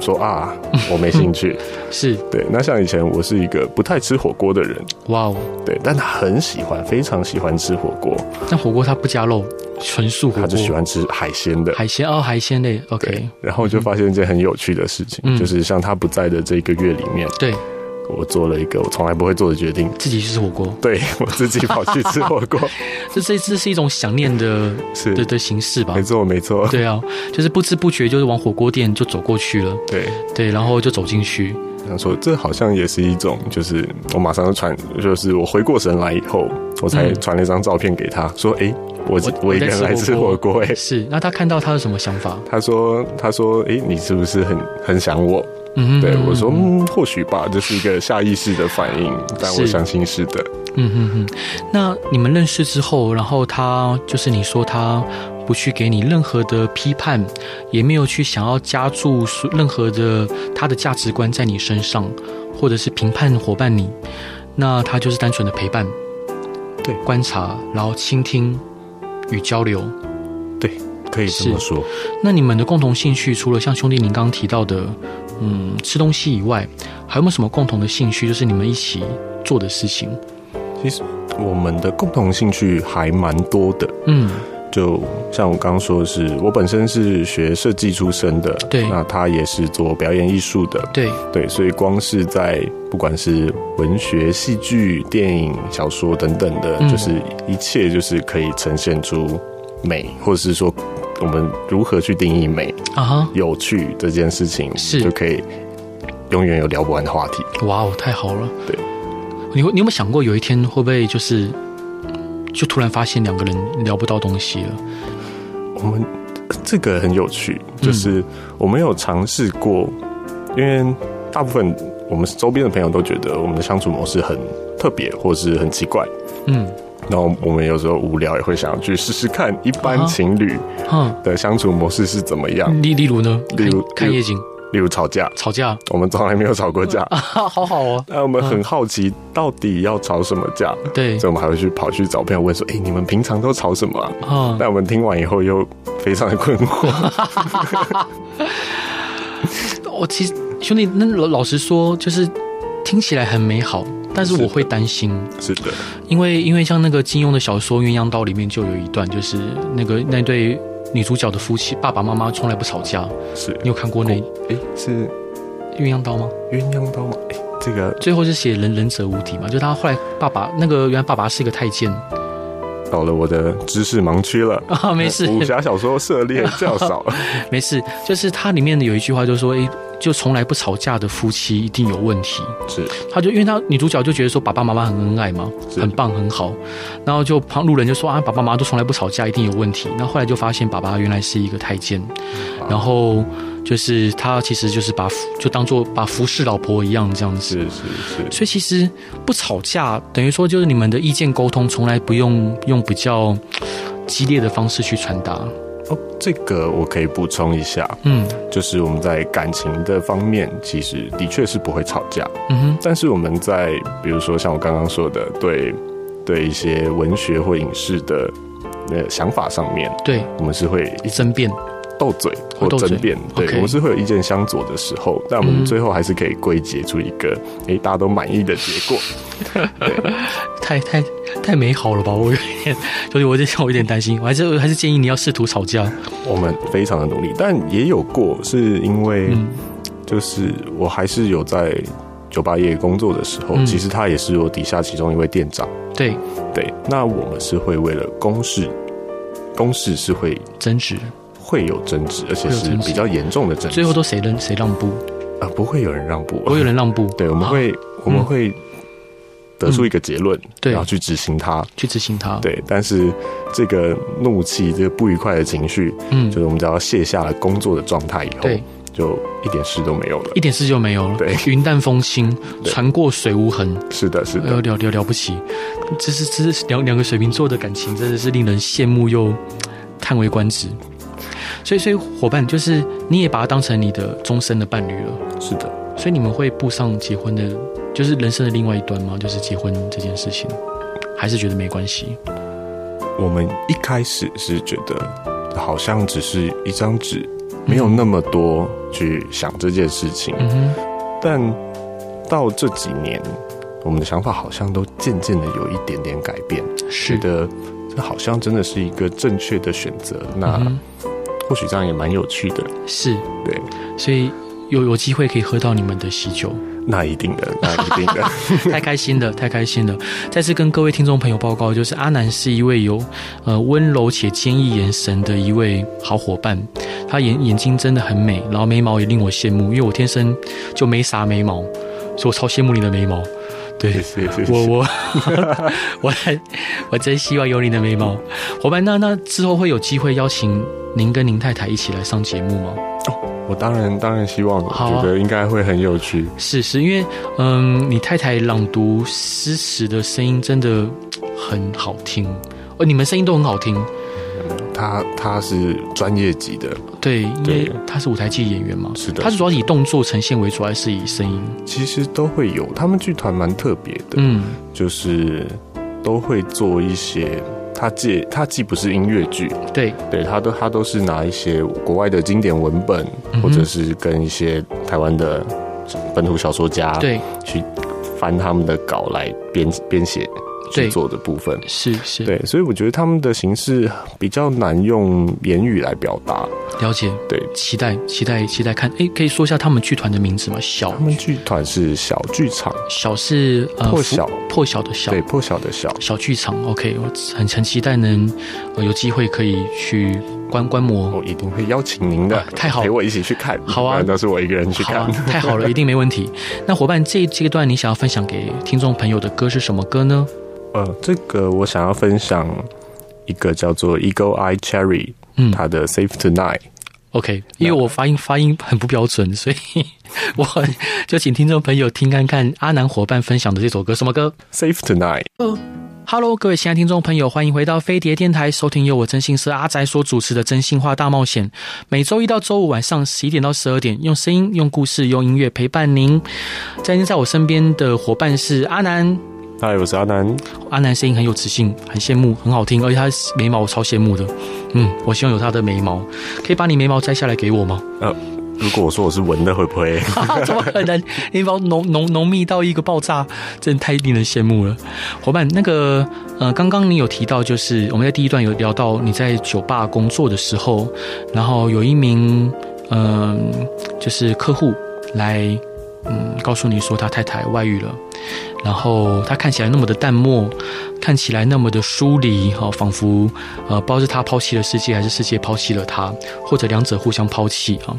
[SPEAKER 2] 说啊，我没兴
[SPEAKER 1] (laughs)
[SPEAKER 2] 趣。
[SPEAKER 1] 哼是，
[SPEAKER 2] 对，那像以前我是一个不太吃火锅的人，
[SPEAKER 1] 哇哦，
[SPEAKER 2] 对，但他很喜欢，非常喜欢吃火锅，
[SPEAKER 1] 那火锅它不加肉，纯素火
[SPEAKER 2] 他
[SPEAKER 1] 锅，
[SPEAKER 2] 就喜欢吃海鲜的。
[SPEAKER 1] 海鲜哦，海鲜类，OK，
[SPEAKER 2] 然后就发现一件很有趣的事情，
[SPEAKER 1] 嗯
[SPEAKER 2] 就是像他不在的这个月里面，
[SPEAKER 1] 对
[SPEAKER 2] 我做了一个我从来不会做的决定，
[SPEAKER 1] 自己去吃火锅，
[SPEAKER 2] 对我自己跑去吃火 (laughs) 锅，
[SPEAKER 1] 这这这是一种想念的
[SPEAKER 2] 是
[SPEAKER 1] 的的形式吧
[SPEAKER 2] 没？错，没错，
[SPEAKER 1] 对啊，就是不知不觉就是往火锅店就走过去了，
[SPEAKER 2] 对。
[SPEAKER 1] 对，然后就走进去，
[SPEAKER 2] 他说这好像也是一种，就是我马上就传，就是我回过神来以后，我才
[SPEAKER 1] 嗯
[SPEAKER 2] 传了一张照片给他，说：“诶，嗯我
[SPEAKER 1] 我
[SPEAKER 2] 我一个人来吃火锅。”诶，
[SPEAKER 1] 是，那他看到他有什么想法？
[SPEAKER 2] 他说：“他说，诶，你是不是很很想我
[SPEAKER 1] 嗯？”哼，
[SPEAKER 2] 对我说：“嗯，或许吧，这是一个下意识的反应，但我
[SPEAKER 1] 是
[SPEAKER 2] 相信是的。
[SPEAKER 1] 嗯哼哼。那你们认识之后，然后他就是你说他不去给你任何的批判，也没有去想要加注任何的他的价值观在你身上，或者是评判伙伴你，那他就是单纯的陪伴，
[SPEAKER 2] 对
[SPEAKER 1] 观察，然后倾听与交流。
[SPEAKER 2] 可以
[SPEAKER 1] 这么
[SPEAKER 2] 说，
[SPEAKER 1] 那你们的共同兴趣，除了像兄弟您刚刚提到的，嗯，吃东西以外，还有没有什么共同的兴趣？就是你们一起做的事情。
[SPEAKER 2] 其实我们的共同兴趣还蛮多的。
[SPEAKER 1] 嗯，
[SPEAKER 2] 就像我刚刚说的是，我本身是学设计出身的，
[SPEAKER 1] 对
[SPEAKER 2] 那他也是做表演艺术的，
[SPEAKER 1] 对，
[SPEAKER 2] 对，所以光是在不管是文学、戏剧、电影、小说等等的，
[SPEAKER 1] 嗯
[SPEAKER 2] 就是一切就是可以呈现出美，或者是说我们如何去定义美、
[SPEAKER 1] 啊哈，
[SPEAKER 2] 有趣这件事情，
[SPEAKER 1] 是
[SPEAKER 2] 就可以永远有聊不完的话题。
[SPEAKER 1] 哇哦，太好了。
[SPEAKER 2] 对，
[SPEAKER 1] 你会你有没有想过有一天会不会就是就突然发现两个人聊不到东西了？
[SPEAKER 2] 我们呃这个很有趣，就是我没有尝试过，因为大部分我们周边的朋友都觉得我们的相处模式很特别，或是很奇怪。
[SPEAKER 1] 嗯，
[SPEAKER 2] 然后我们有时候无聊也会想要去试试看一
[SPEAKER 1] 啊
[SPEAKER 2] 般
[SPEAKER 1] 哈
[SPEAKER 2] 情侣
[SPEAKER 1] 哈，
[SPEAKER 2] 的相处模式是怎么样， (laughs)
[SPEAKER 1] 例例如呢？
[SPEAKER 2] 例如
[SPEAKER 1] 看看
[SPEAKER 2] 例如
[SPEAKER 1] 夜景、
[SPEAKER 2] 例如吵架，
[SPEAKER 1] 吵架 (laughs)
[SPEAKER 2] 我们从来没有吵过架，
[SPEAKER 1] 啊，好好哦。
[SPEAKER 2] 那我们很好奇到底要吵什么架，
[SPEAKER 1] 对
[SPEAKER 2] 所以，我们还会去跑去找朋友问说，哎，你们平常都吵什么啊？
[SPEAKER 1] 啊，
[SPEAKER 2] 但我们听完以后又非常的困惑， (laughs)
[SPEAKER 1] 我哦其实兄弟，那老老实说，就是听起来很美好，但是
[SPEAKER 2] 是
[SPEAKER 1] 我
[SPEAKER 2] 的
[SPEAKER 1] 会担心，
[SPEAKER 2] 是的，
[SPEAKER 1] 因为因为像那个金庸的小说《鸳鸯刀》里面就有一段，就是那个那对女主角的夫妻爸爸妈妈从来不吵架。
[SPEAKER 2] 是，
[SPEAKER 1] 你有看过那《
[SPEAKER 2] 哎，是
[SPEAKER 1] 鸳鸯刀》吗？
[SPEAKER 2] 鸳鸯刀吗？哎，这个
[SPEAKER 1] 最后是写人仁者无敌嘛，就他后来爸爸那个原来爸爸是一个太监 (laughs)
[SPEAKER 2] 到了我的知识盲区了。
[SPEAKER 1] 啊，没事
[SPEAKER 2] 武侠小说
[SPEAKER 1] (laughs)
[SPEAKER 2] 涉猎较少，
[SPEAKER 1] 没事，就是它里面有一句话就说，诶，就从来不吵架的夫妻一定有问题。
[SPEAKER 2] 是
[SPEAKER 1] 他就因为他女主角就觉得说爸爸妈妈很恩爱嘛，
[SPEAKER 2] 是
[SPEAKER 1] 很棒很好，然后就旁路人就说啊爸爸妈妈都从来不吵架，一定有问题。那后来就发现爸爸原来是一个太监，然后就是他其实就是把就当做把服侍老婆一样这样子。
[SPEAKER 2] 是是是，
[SPEAKER 1] 所以其实不吵架，等于说就是你们的意见沟通从来不用用比较激烈的方式去传达。
[SPEAKER 2] 哦，这个我可以补充一下，
[SPEAKER 1] 嗯
[SPEAKER 2] 就是我们在感情的方面，其实的确是不会吵架，
[SPEAKER 1] 嗯哼
[SPEAKER 2] 但是我们在比如说像我刚刚说的，对对一些文学或影视的呃想法上面，
[SPEAKER 1] 对，
[SPEAKER 2] 我们是会一直
[SPEAKER 1] 争辩
[SPEAKER 2] 斗嘴
[SPEAKER 1] 会
[SPEAKER 2] 或
[SPEAKER 1] 斗嘴
[SPEAKER 2] 争辩，对
[SPEAKER 1] OK
[SPEAKER 2] 我们是会有意见相左的时候，但我
[SPEAKER 1] 嗯
[SPEAKER 2] 们最后还是可以归结出一个诶、大家都满意的结果。
[SPEAKER 1] 太太太美好了吧？我有点，所以我就我有点担心，我还是我还是建议你要试图吵架。
[SPEAKER 2] 我们非常的努力，但也有过是因为
[SPEAKER 1] 嗯
[SPEAKER 2] 就是我还是有在酒吧业工作的时候，
[SPEAKER 1] 嗯
[SPEAKER 2] 其实他也是我底下其中一位店长。
[SPEAKER 1] 对，
[SPEAKER 2] 对，那我们是会为了公事，公事是会
[SPEAKER 1] 争执
[SPEAKER 2] 会有争执，而且
[SPEAKER 1] 会有
[SPEAKER 2] 是
[SPEAKER 1] 争执
[SPEAKER 2] 比较严重的争执。
[SPEAKER 1] 最后都谁让谁让步，
[SPEAKER 2] 啊、不会有人让步，
[SPEAKER 1] 不会有人让步，
[SPEAKER 2] (laughs) 对，我们
[SPEAKER 1] 啊
[SPEAKER 2] 会、
[SPEAKER 1] 嗯
[SPEAKER 2] 我们会得出一个结论，
[SPEAKER 1] 对啊
[SPEAKER 2] 然后去执行它。
[SPEAKER 1] 去执行它。，
[SPEAKER 2] 对，但是这个怒气、这个不愉快的情绪，
[SPEAKER 1] 嗯
[SPEAKER 2] 就是我们只要卸下了工作的状态以后
[SPEAKER 1] 对，
[SPEAKER 2] 就一点事都没有了
[SPEAKER 1] 一。点事就没有了，
[SPEAKER 2] 对
[SPEAKER 1] 云淡风轻，
[SPEAKER 2] 对
[SPEAKER 1] 船过水无痕，
[SPEAKER 2] 是的，是
[SPEAKER 1] 哎呦
[SPEAKER 2] 的，
[SPEAKER 1] 了了了不起，这是这是两两个水瓶座的感情，真的是令人羡慕又叹为观止。所以，所以伙伴就是你也把它当成你的终身的伴侣了，
[SPEAKER 2] 是的。
[SPEAKER 1] 所以你们会步上结婚的，就是人生的另外一端吗？就是结婚这件事情，还是觉得没关系？
[SPEAKER 2] 我们一开始是觉得好像只是一张纸，没有那么多去想这件事情，
[SPEAKER 1] 嗯哼，
[SPEAKER 2] 但到这几年，我们的想法好像都渐渐的有一点点改变，
[SPEAKER 1] 是
[SPEAKER 2] 觉，得这好像真的是一个正确的选择。那
[SPEAKER 1] 嗯哼
[SPEAKER 2] 或许这样也蛮有趣的，
[SPEAKER 1] 是，
[SPEAKER 2] 对，
[SPEAKER 1] 所以有有机会可以喝到你们的喜酒。
[SPEAKER 2] 那一定的，那一定
[SPEAKER 1] (laughs)
[SPEAKER 2] 的，
[SPEAKER 1] 太开心了，太开心了！再次跟各位听众朋友报告，就是阿南是一位有呃温柔且坚毅眼神的一位好伙伴，他眼眼睛真的很美，然后眉毛也令我羡慕，因为我天生就没啥眉毛，所以我超羡慕你的眉毛。对
[SPEAKER 2] 谢，谢谢谢。
[SPEAKER 1] 我我 (laughs) 我很我真希望有你的眉毛，伙伴。那那之后会有机会邀请您跟您太太一起来上节目吗？
[SPEAKER 2] 我当然当然希望，我
[SPEAKER 1] 好啊
[SPEAKER 2] 觉得应该会很有趣。
[SPEAKER 1] 是是，因为嗯，你太太朗读诗词的声音真的很好听，哦，你们声音都很好听。
[SPEAKER 2] 他他是专业级的，
[SPEAKER 1] 对，因为
[SPEAKER 2] 对
[SPEAKER 1] 她是舞台剧演员嘛，
[SPEAKER 2] 是的
[SPEAKER 1] 她是主要以动作呈现为主，还是以声音？
[SPEAKER 2] 其实都会有。他们剧团蛮特别的，
[SPEAKER 1] 嗯，
[SPEAKER 2] 就是都会做一些，他借他既不是音乐剧，
[SPEAKER 1] 对，
[SPEAKER 2] 对他都他都是拿一些国外的经典文本，
[SPEAKER 1] 嗯哼
[SPEAKER 2] 或者是跟一些台湾的本土小说家
[SPEAKER 1] 对，
[SPEAKER 2] 去翻他们的稿来编编写
[SPEAKER 1] 对
[SPEAKER 2] 去做的部分。
[SPEAKER 1] 是是，
[SPEAKER 2] 对，所以我觉得他们的形式比较难用言语来表达。
[SPEAKER 1] 了解，
[SPEAKER 2] 对，
[SPEAKER 1] 期待期待期待看。诶，可以说一下他们剧团的名字吗？小
[SPEAKER 2] 他们剧团是小剧场，
[SPEAKER 1] 小是呃
[SPEAKER 2] 破
[SPEAKER 1] 福
[SPEAKER 2] 晓
[SPEAKER 1] 破晓的小
[SPEAKER 2] 对，破晓的小，
[SPEAKER 1] 小剧场。OK，我很很期待能、呃、有机会可以去观观摩。
[SPEAKER 2] 我一定会邀请您的，
[SPEAKER 1] 啊太好了
[SPEAKER 2] 陪我一起去看。
[SPEAKER 1] 好啊
[SPEAKER 2] 不然都是我一个人去
[SPEAKER 1] 好
[SPEAKER 2] 看。
[SPEAKER 1] 啊，
[SPEAKER 2] (laughs)
[SPEAKER 1] 太好了，一定没问题。那伙伴，这一阶段你想要分享给听众朋友的歌是什么歌呢？
[SPEAKER 2] 呃，这个我想要分享一个叫做 Eagle Eye Cherry，
[SPEAKER 1] 嗯
[SPEAKER 2] 它的 Safe Tonight。
[SPEAKER 1] OK，因为我发音发音很不标准，所以我就请听众朋友听看看阿南伙伴分享的这首歌什么歌。
[SPEAKER 2] Safe Tonight，
[SPEAKER 1] Hello，各位亲爱的听众朋友，欢迎回到飞碟电台，收听由我真心社阿宅所主持的《真心话大冒险》，每周一到周五晚上十一点到十二点，用声音、用故事、用音乐陪伴您。今天在我身边的伙伴是阿南，
[SPEAKER 2] 嗨，我是阿南。
[SPEAKER 1] 阿南声音很有磁性，很羡慕，很好听，而且他的眉毛我超羡慕的。嗯，我希望有他的眉毛，可以把你眉毛摘下来给我吗？
[SPEAKER 2] 呃，如果我说我是文的，会不会？ (laughs)
[SPEAKER 1] (laughs) 怎么可能？你把我浓浓浓密到一个爆炸，真太令人羡慕了。伙伴，那个呃，刚刚你有提到，就是我们在第一段有聊到你在酒吧工作的时候，然后有一名嗯、就是客户来嗯告诉你说他太太外遇了。然后他看起来那么的淡漠，看起来那么的疏离，哈、仿佛呃，不知道是他抛弃了世界，还是世界抛弃了他，或者两者互相抛弃啊。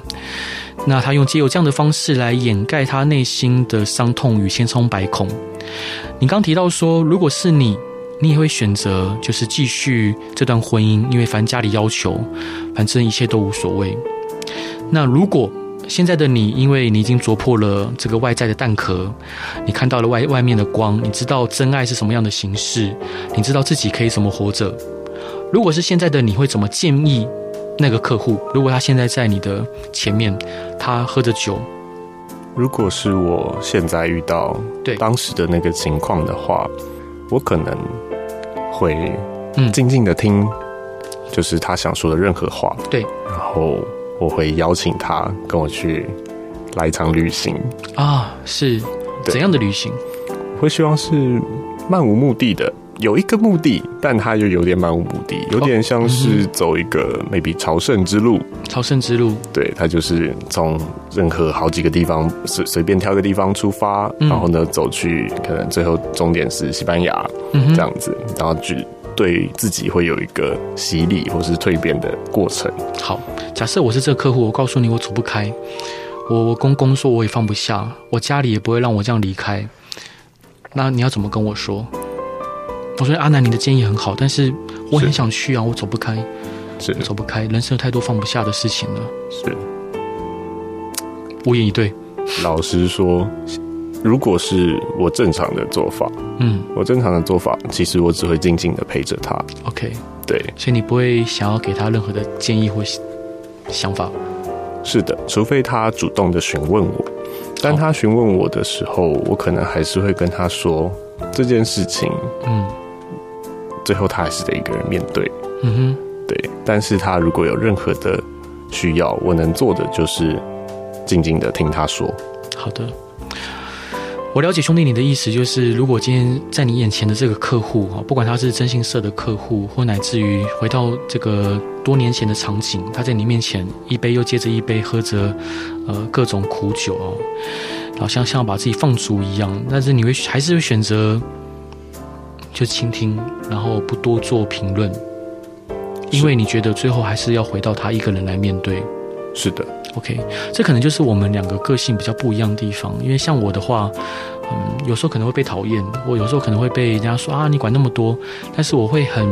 [SPEAKER 1] 那他用借由这样的方式来掩盖他内心的伤痛与千疮百孔。你刚提到说，如果是你，你也会选择就是继续这段婚姻，因为反正家里要求，反正一切都无所谓。那如果现在的你，因为你已经啄破了这个外在的蛋壳，你看到了外外面的光，你知道真爱是什么样的形式，你知道自己可以怎么活着。如果是现在的你，会怎么建议那个客户？如果他现在在你的前面，他喝着酒，
[SPEAKER 2] 如果是我现在遇到
[SPEAKER 1] 对
[SPEAKER 2] 当时的那个情况的话，我可能会
[SPEAKER 1] 嗯
[SPEAKER 2] 静静的听，就是他想说的任何话。
[SPEAKER 1] 对，
[SPEAKER 2] 然后我会邀请他跟我去来一场旅行，
[SPEAKER 1] 啊，是
[SPEAKER 2] 对
[SPEAKER 1] 怎样的旅行？
[SPEAKER 2] 我会希望是漫无目的的。有一个目的，但他又有点漫无目的，
[SPEAKER 1] 哦
[SPEAKER 2] 有点像是走一个 maybe 朝圣之路，
[SPEAKER 1] 朝圣之路，
[SPEAKER 2] 对，他就是从任何好几个地方随随便挑一个地方出发，
[SPEAKER 1] 嗯
[SPEAKER 2] 然后呢走去，可能最后终点是西班牙、
[SPEAKER 1] 嗯哼，
[SPEAKER 2] 这样子，然后去对自己会有一个洗礼或是蜕变的过程。
[SPEAKER 1] 好。假设我是这个客户，我告诉你我走不开，我我公公说我也放不下，我家里也不会让我这样离开。那你要怎么跟我说？我说阿南，你的建议很好，但是我很
[SPEAKER 2] 是
[SPEAKER 1] 想去啊，我走不开，
[SPEAKER 2] 是
[SPEAKER 1] 我走不开，人生有太多放不下的事情了。
[SPEAKER 2] 是，
[SPEAKER 1] 无言以对，
[SPEAKER 2] 老实说，如果是我正常的做法，
[SPEAKER 1] 嗯
[SPEAKER 2] 我正常的做法，其实我只会静静的陪着他。
[SPEAKER 1] ，OK，
[SPEAKER 2] 对，
[SPEAKER 1] 所以你不会想要给他任何的建议或想法。
[SPEAKER 2] 是的，除非他主动的询问我，但
[SPEAKER 1] 好
[SPEAKER 2] 他询问我的时候，我可能还是会跟他说这件事情。
[SPEAKER 1] 嗯
[SPEAKER 2] 最后他还是得一个人面对，
[SPEAKER 1] 嗯哼。
[SPEAKER 2] 对。但是他如果有任何的需要，我能做的就是静静的听他说。
[SPEAKER 1] 好的，我了解兄弟你的意思，就是如果今天在你眼前的这个客户啊，不管他是征信社的客户，或乃至于回到这个多年前的场景，他在你面前一杯又接着一杯喝着，呃，各种苦酒哦，然后像像把自己放逐一样，但是你会还是会选择就倾听，然后不多做评论，因为你觉得最后还是要回到他一个人来面对。
[SPEAKER 2] 是的，
[SPEAKER 1] OK，这可能就是我们两个个性比较不一样的地方。因为像我的话，嗯，有时候可能会被讨厌，我有时候可能会被人家说啊，你管那么多。但是我会很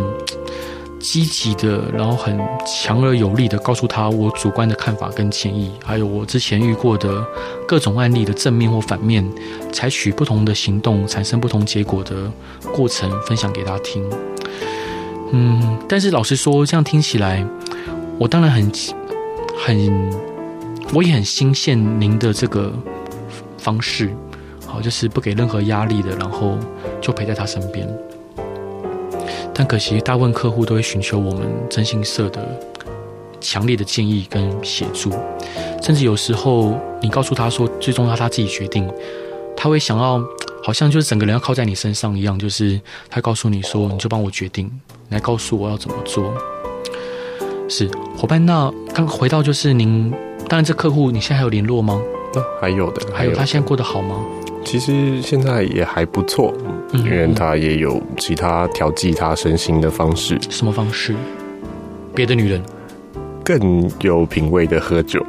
[SPEAKER 1] 积极的，然后很强而有力的告诉他我主观的看法跟建议，还有我之前遇过的各种案例的正面或反面，采取不同的行动，产生不同结果的过程，分享给他听。嗯，但是老实说，这样听起来，我当然很很我也很欣羡您的这个方式，好，就是不给任何压力的，然后就陪在他身边。但可惜，大部分客户都会寻求我们征信社的强烈的建议跟协助，甚至有时候你告诉他说，最终要他自己决定，他会想要好像就是整个人要靠在你身上一样，就是他告诉你说，你就帮我决定，你来告诉我要怎么做。是伙伴，那刚回到就是您，当然这客户你现在还有联络吗？
[SPEAKER 2] 那、还有的，
[SPEAKER 1] 哦还有他现在过得好吗？
[SPEAKER 2] 其实现在也还不错，
[SPEAKER 1] 嗯
[SPEAKER 2] 因为他也有其他调剂他身心的方式，
[SPEAKER 1] 什么方式？别的女人，
[SPEAKER 2] 更有品味的喝酒。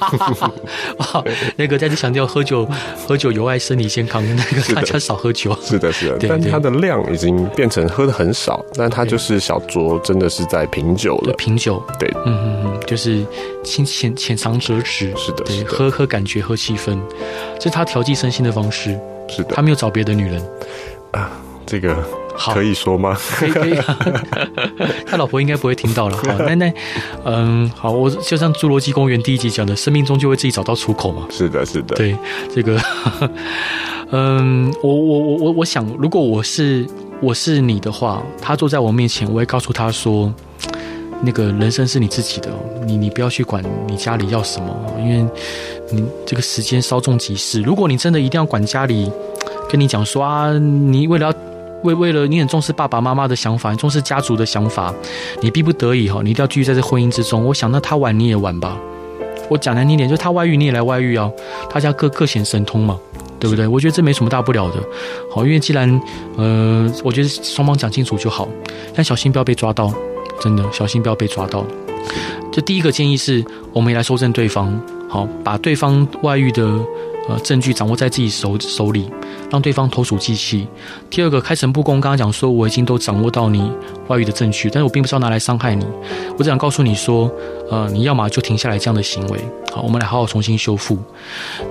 [SPEAKER 1] 哇，那个再次强调，喝
[SPEAKER 2] (laughs)
[SPEAKER 1] 酒喝酒有害身体健康，那个
[SPEAKER 2] 的
[SPEAKER 1] 大家少喝酒。
[SPEAKER 2] 是的，是的，
[SPEAKER 1] 对
[SPEAKER 2] 但
[SPEAKER 1] 对
[SPEAKER 2] 他的量已经变成喝的很少，但他就是小酌，真的是在品酒
[SPEAKER 1] 对
[SPEAKER 2] 了。
[SPEAKER 1] 品酒，
[SPEAKER 2] 对
[SPEAKER 1] 嗯嗯嗯，就是浅浅浅尝辄止，
[SPEAKER 2] 是的，
[SPEAKER 1] 对，
[SPEAKER 2] 是的，
[SPEAKER 1] 喝喝感觉，喝气氛，这是他调剂身心的方式。
[SPEAKER 2] 是的
[SPEAKER 1] 他，没有找别的女人，
[SPEAKER 2] 这个
[SPEAKER 1] 好，
[SPEAKER 2] 可以说吗？
[SPEAKER 1] 可以可
[SPEAKER 2] (laughs)
[SPEAKER 1] 以，他老婆应该不会听到了。好，那那，嗯，好，我就像《侏罗纪公园》第一集讲的，生命终究会自己找到出口嘛。
[SPEAKER 2] 是的，是的，
[SPEAKER 1] 对，这个， (laughs) 嗯，我我我我我想，如果我是我是你的话，他坐在我面前，我会告诉他说，那个人生是你自己的哦，你你不要去管你家里要什么哦，因为你这个时间稍纵即逝。如果你真的一定要管家里，跟你讲说啊，你为了要。为为了你很重视爸爸妈妈的想法，很重视家族的想法，你逼不得已哈，你一定要继续在这婚姻之中。我想，那他玩你也玩吧。我讲难听点，就他外遇你也来外遇啊。大家各各显神通嘛，对不对？我觉得这没什么大不了的。好，因为既然呃，我觉得双方讲清楚就好，但小心不要被抓到，真的小心不要被抓到。就第一个建议是，我们也来收证对方，好，把对方外遇的呃证据掌握在自己手手里，让对方投鼠忌器。第二个，开诚布公，刚刚讲说我已经都掌握到你外遇的证据，但是我并不是要拿来伤害你，我只想告诉你说，呃，你要么就停下来这样的行为，好，我们来好好重新修复。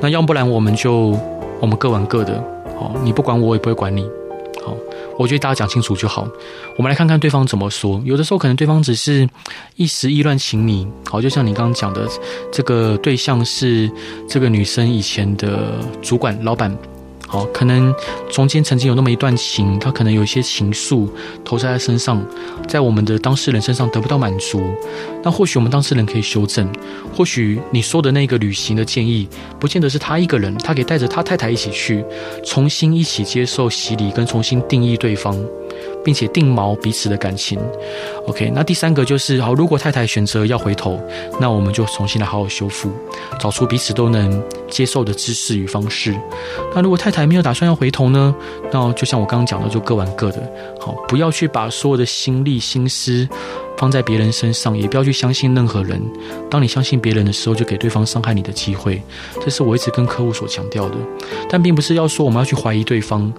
[SPEAKER 1] 那要不然我们就我们各玩各的，好，你不管我，我也不会管你，好，我觉得大家讲清楚就好。我们来看看对方怎么说。有的时候可能对方只是一时意乱情迷，好，就像你刚刚讲的，这个对象是这个女生以前的主管、老板。好，可能中间曾经有那么一段情，她可能有一些情愫投射在身上，在我们的当事人身上得不到满足。那或许我们当事人可以修正，或许你说的那个旅行的建议，不见得是他一个人，他可以带着他太太一起去，重新一起接受洗礼，跟重新定义对方，并且定锚彼此的感情。OK，那第三个就是，好，如果太太选择要回头，那我们就重新来好好修复，找出彼此都能接受的姿势与方式。那如果太太没有打算要回头呢？那就像我刚刚讲的，就各玩各的。好，不要去把所有的心力、心思放在别人身上，也不要去相信任何人。当你相信别人的时候，就给对方伤害你的机会。这是我一直跟客户所强调的，但并不是要说我们要去怀疑对方，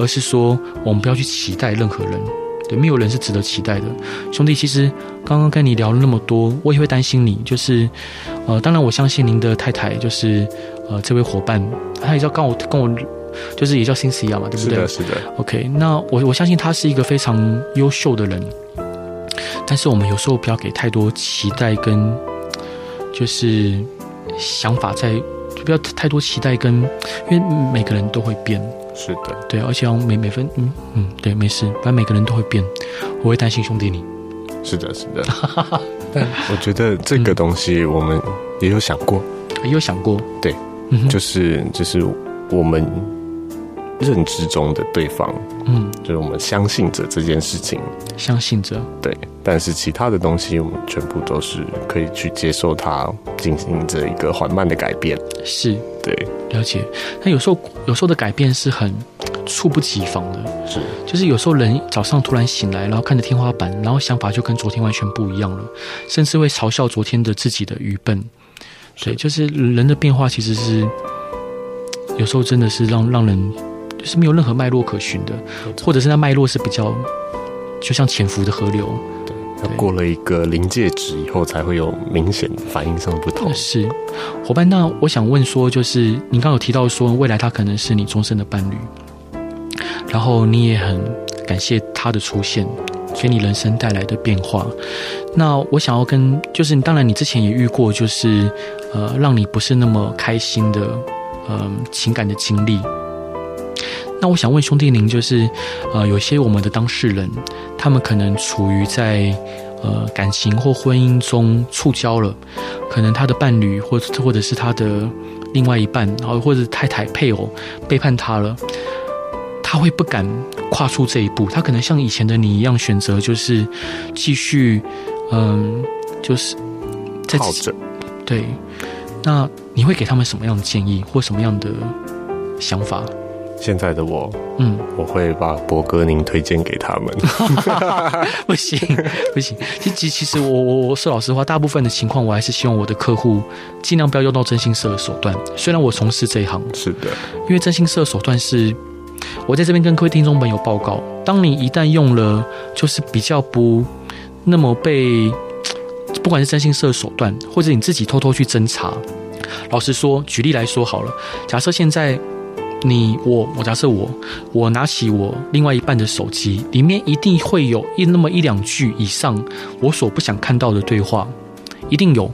[SPEAKER 1] 而是说我们不要去期待任何人。对，没有人是值得期待的。兄弟，其实刚刚跟你聊了那么多，我也会担心你。就是，呃，当然我相信您的太太，就是呃这位伙伴，她也叫跟我跟我，就是也叫 c y n t h i 嘛，对不
[SPEAKER 2] 是
[SPEAKER 1] 对？
[SPEAKER 2] 的，是的，
[SPEAKER 1] OK，那我我相信他是一个非常优秀的人，但是我们有时候不要给太多期待跟就是想法在，就不要太多期待跟，因为每个人都会变，
[SPEAKER 2] 是的，
[SPEAKER 1] 对，而且要每每分嗯嗯对，没事，反正每个人都会变，我会担心兄弟你，
[SPEAKER 2] 是的，是
[SPEAKER 1] (laughs)
[SPEAKER 2] 的。但我觉得这个东西我们也有想过，
[SPEAKER 1] 也哎有想过，
[SPEAKER 2] 对，
[SPEAKER 1] 嗯哼，
[SPEAKER 2] 就是就是我们认知中的对方，
[SPEAKER 1] 嗯，
[SPEAKER 2] 就是我们相信着这件事情，
[SPEAKER 1] 相信着，
[SPEAKER 2] 对。但是其他的东西，我们全部都是可以去接受它，进行着一个缓慢的改变，
[SPEAKER 1] 是
[SPEAKER 2] 对，
[SPEAKER 1] 了解，但有时候有时候的改变是很猝不及防的，
[SPEAKER 2] 是
[SPEAKER 1] 就是有时候人早上突然醒来，然后看着天花板，然后想法就跟昨天完全不一样了，甚至会嘲笑昨天的自己的愚笨。对，就是人的变化其实是有时候真的是让让人就是没有任何脉络可循的，或者是那脉络是比较就像潜伏的河流，
[SPEAKER 2] 要过了一个临界值以后，才会有明显反应上的不同。
[SPEAKER 1] 嗯是，伙伴，那我想问说，就是你刚刚有提到说，未来他可能是你终身的伴侣，然后你也很感谢他的出现，给你人生带来的变化。那我想要跟，就是当然你之前也遇过，就是呃，让你不是那么开心的，嗯、情感的经历。那我想问兄弟您，就是呃，有些我们的当事人，他们可能处于在呃感情或婚姻中触礁了。可能他的伴侣或或者是他的另外一半，然后或者太太配偶背叛他了。他会不敢跨出这一步，他可能像以前的你一样，选择就是继续，嗯，就是在
[SPEAKER 2] 靠
[SPEAKER 1] 自己
[SPEAKER 2] 着。
[SPEAKER 1] 对。那你会给他们什么样的建议或什么样的想法？
[SPEAKER 2] 现在的我，
[SPEAKER 1] 嗯，
[SPEAKER 2] 我会把博哥您推荐
[SPEAKER 1] (laughs)
[SPEAKER 2] 给他们。
[SPEAKER 1] 不行，不行。其其其实我我我说老实话，大部分的情况我还是希望我的客户尽量不要用到真心社的手段。虽然我从事这一行，
[SPEAKER 2] 是的，
[SPEAKER 1] 因为真心社的手段是，我在这边跟各位听众朋友报告，当你一旦用了，就是比较不那么被，不管是真心社的手段，或者你自己偷偷去侦查。老实说，举例来说好了，假设现在你我我假设我我拿起我另外一半的手机，里面一定会有一那么一两句以上我所不想看到的对话，一定有。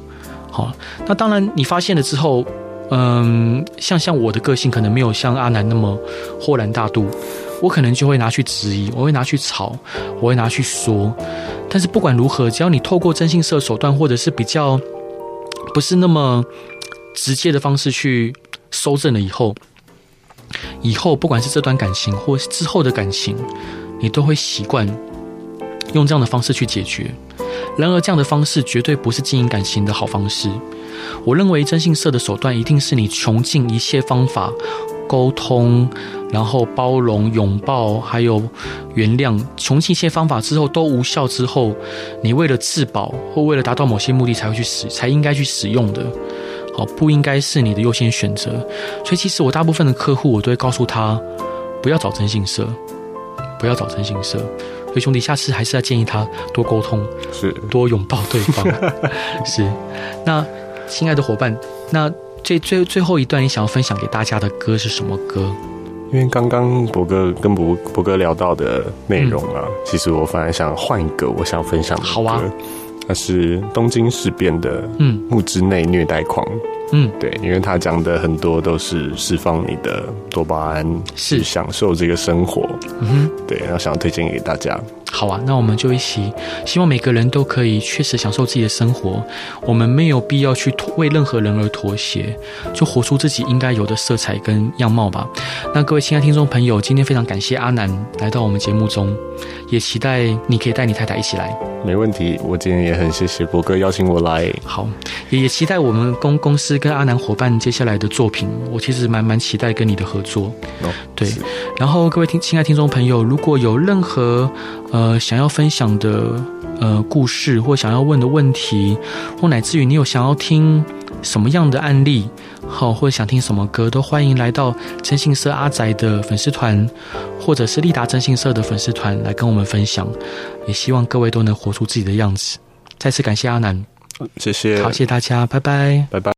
[SPEAKER 1] 好，那当然你发现了之后，嗯，像像我的个性可能没有像阿南那么豁然大度，我可能就会拿去质疑，我会拿去吵，我会拿去说。但是不管如何，只要你透过征信社手段，或者是比较不是那么直接的方式去收证了以后，以后不管是这段感情或是之后的感情，你都会习惯用这样的方式去解决。然而，这样的方式绝对不是经营感情的好方式。我认为征信社的手段一定是你穷尽一切方法沟通，然后包容、拥抱，还有原谅，穷尽一切方法之后都无效之后，你为了自保或为了达到某些目的才会去使，才应该去使用的。好，不应该是你的优先选择。所以，其实我大部分的客户，我都会告诉他，不要找征信社，不要找征信社。所以，兄弟，下次还是要建议他多沟通，
[SPEAKER 2] 是
[SPEAKER 1] 多拥抱对方。是，那亲爱的伙伴，那最最最后一段你想要分享给大家的歌是什么歌？
[SPEAKER 2] 因为刚刚博哥跟博博哥聊到的内容啊，其实我反而想换一个我想分享的
[SPEAKER 1] 嗯
[SPEAKER 2] 歌，
[SPEAKER 1] 好啊
[SPEAKER 2] 那是东京事变的
[SPEAKER 1] 嗯
[SPEAKER 2] 木之内虐待狂。
[SPEAKER 1] 嗯，
[SPEAKER 2] 对，因为他讲的很多都是释放你的多巴胺，
[SPEAKER 1] 是
[SPEAKER 2] 去享受这个生活。
[SPEAKER 1] 嗯
[SPEAKER 2] 对，然后想要推荐给大家。
[SPEAKER 1] 哼，好啊，那我们就一起，希望每个人都可以确实享受自己的生活，我们没有必要去妥为任何人而妥协，就活出自己应该有的色彩跟样貌吧。那各位亲爱听众朋友，今天非常感谢阿南来到我们节目中，也期待你可以带你太太一起来。
[SPEAKER 2] 没问题，我今天也很谢谢博哥邀请我来。
[SPEAKER 1] 好，也也期待我们公公司跟阿南伙伴接下来的作品，我其实蛮蛮期待跟你的合作。
[SPEAKER 2] 哦
[SPEAKER 1] 对
[SPEAKER 2] 是
[SPEAKER 1] 然后各位听亲爱听众朋友，如果有任何呃想要分享的呃故事，或想要问的问题，或乃至于你有想要听什么样的案例，好，或者想听什么歌，都欢迎来到征信社阿宅的粉丝团，或者是利达征信社的粉丝团来跟我们分享。也希望各位都能活出自己的样子。再次感谢阿南，
[SPEAKER 2] 谢谢，
[SPEAKER 1] 好，谢谢大家，拜拜。
[SPEAKER 2] 拜拜。